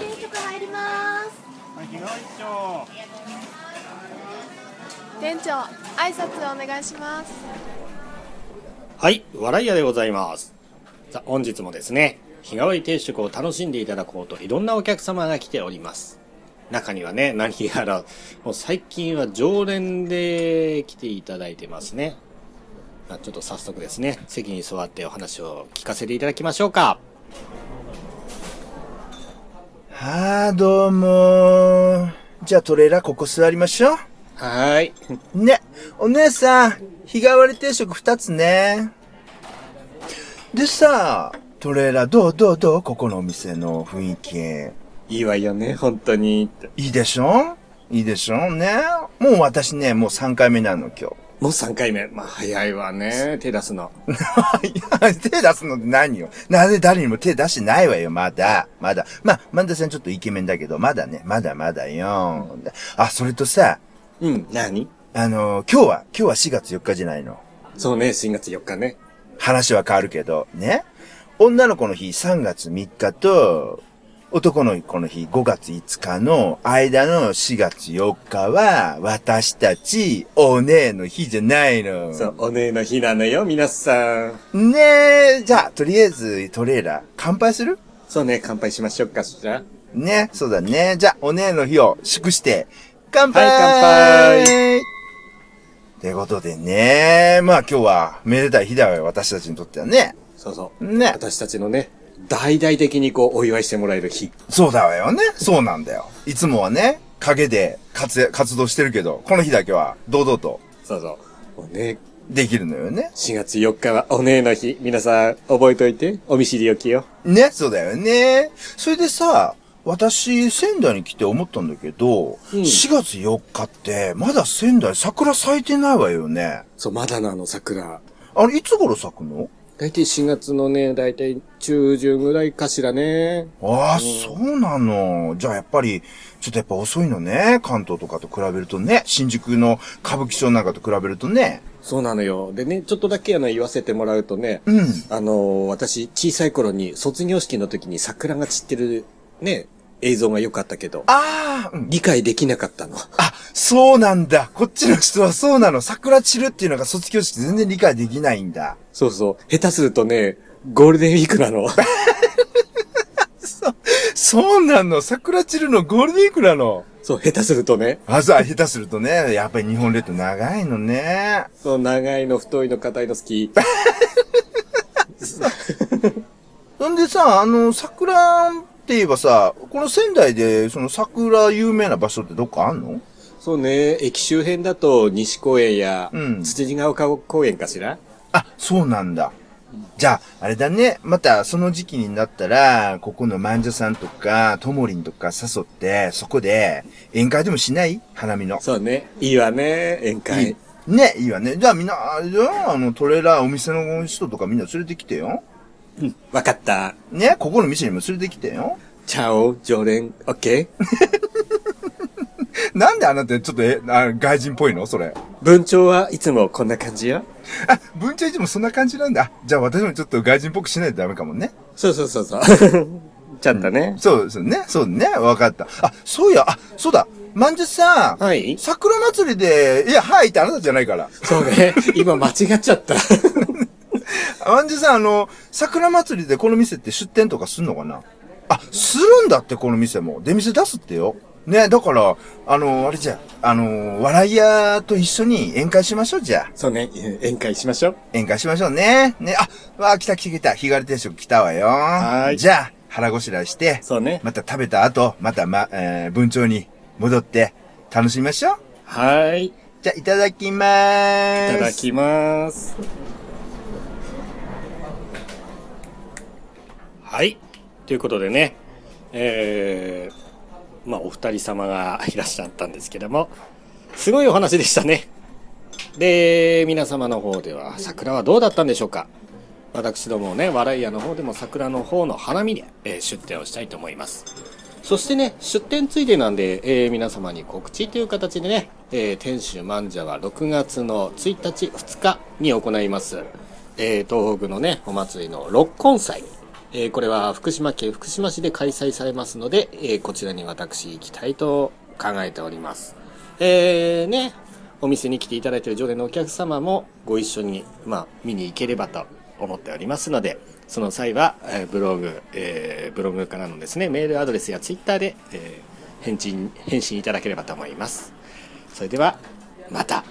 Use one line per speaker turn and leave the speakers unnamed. は
ります
い、被害長。
店長挨拶お願いします
はい、笑い屋でございます。さあ、本日もですね、日替わり定食を楽しんでいただこうといろんなお客様が来ております。中にはね、何やら、もう最近は常連で来ていただいてますね。まあちょっと早速ですね、席に座ってお話を聞かせていただきましょうか。
はあ、どうも。じゃあトレーラーここ座りましょ
はーい。
う。ね、お姉さん、日替わり定食二つね。でさ、トレーラーどうどうどうここのお店の雰囲気。
いいわよね、本当に。
いいでしょいいでしょね。もう私ね、もう3回目なの今
もう3回目。まあ早いわね、手出すの。
日。いや手出すのって何よ。なぜ誰にも手出してないわよ、まだ。まだ。まあ、マンダさんちょっとイケメンだけど、まだね、まだまだよ。あ、それとさ、
うん、何
あの、今日は、今日は4月4日じゃないの。
そうね、4月4日ね。
話は変わるけど、ね。女の子の日3月3日と、男の子の日5月5日の間の4月4日は、私たち、お姉の日じゃないの。
そう、お姉の日なのよ、皆さん。
ねえ、じゃあ、とりあえずトレーラー、乾杯する
そうね、乾杯しましょうかしら。
ね、そうだね。じゃあ、お姉の日を祝して、乾杯、
はい乾
杯ってことでね、まあ今日は、めでたい日だよ、私たちにとってはね。
そうそう。
ね。
私たちのね、大々的にこう、お祝いしてもらえる日。
そうだわよね。そうなんだよ。いつもはね、陰で活躍活動してるけど、この日だけは堂々と
そうそう。もうね、
できるのよね。
4月4日はお姉の日。皆さん、覚えておいて。お見知りおきよ。
ね、そうだよね。それでさ、私、仙台に来て思ったんだけど、
うん
4月4日って、まだ仙台桜咲いてないわよね。
そう、まだなの、桜。
あれ、いつ頃咲くの
だいたい4月のね、だいたい中旬ぐらいかしらね。
ああ、
うん
そうなの。じゃあやっぱり、ちょっとやっぱ遅いのね。関東とかと比べるとね。新宿の歌舞伎町なんかと比べるとね。
そうなのよ。でね、ちょっとだけあの、言わせてもらうとね、
うん。
あのー私、小さい頃に卒業式の時に桜が散ってる、ね、映像が良かったけど、
ああ、うん。
理解できなかったの。
あ、そうなんだ。こっちの人はそうなの。桜散るっていうのが卒業式全然理解できないんだ。
そうそう。下手するとね、ゴールデンウィークなの。
そうなの。桜散るのゴールデンウィークなの。
そう、下手するとね。
あ、そう、下手するとね、やっぱり日本列島長いのね。
そう、長いの、太いの、硬いの好き。
そんでさ、あの、桜って言えばさ、この仙台で、その桜有名な場所ってどっかあんの
そうね、駅周辺だと、西公園や、
うん
辻ヶ丘公園かしら
あ、そうなんだ。じゃあ、あれだね。また、その時期になったら、ここの万女さんとか、ともりんとか誘って、そこで、宴会でもしない花見の。
そうね、いいわね、宴
い
会。
いね、いいわね。じゃあみんな、あれだよ、あの、トレーラー、お店の人とかみんな連れてきてよ。
わかった。
ね、ここの店にも連れてきてよ。
チャオ、常連、オッケー
なんであなた、ちょっと、え、あ外人っぽいのそれ。
文鳥はいつもこんな感じよ。
あ、文鳥市もそんな感じなんだ。あじゃあ私もちょっと外人っぽくしないとダメかもね。
そうそうそう そう。ちゃんとね。
そうですね。そうね。わかった。あ、そうや。あ、そうだ。まんじゅさん。
はい
桜祭りで、いや、はいってあなたじゃないから。
そうね、今間違っちゃった。
まんじゅさん、あの、桜祭りでこの店って出店とかすんのかなあ、するんだって、この店も。出店出すってよ。ね、だから、あの、あれじゃ、あの、笑い屋と一緒に宴会しましょう、じゃあ。
そうね、宴会しましょう。
宴会しましょうね。ね、あ、わあ、来た来た来た。日替わり定食来たわよ。
はーい
じゃあ、腹ごしらえして、
そうね。
また食べた後、またま、えー、文鳥に戻って楽しみましょう。
はーい。い
じゃあ、いただきまーす。
ただきます。はい。ということでね、えー、まあ、お二人様がいらっしゃったんですけども、すごいお話でしたね。で、皆様の方では、桜はどうだったんでしょうか私どもね、笑い屋の方でも桜の方の花見で、えー出店をしたいと思います。そしてね、出店ついでなんで、えー皆様に告知という形でね、えー天守万社は6月の1日、2日に行います。えー東北のね、お祭りの六根祭。えーこれは福島県福島市で開催されますので、えーこちらに私行きたいと考えております。えーね、お店に来ていただいている常連のお客様もご一緒に、まあ、見に行ければと思っておりますので、その際は、えーブログ、えーブログからのですね、メールアドレスやツイッターで、えー返信、返信いただければと思います。それでは、また。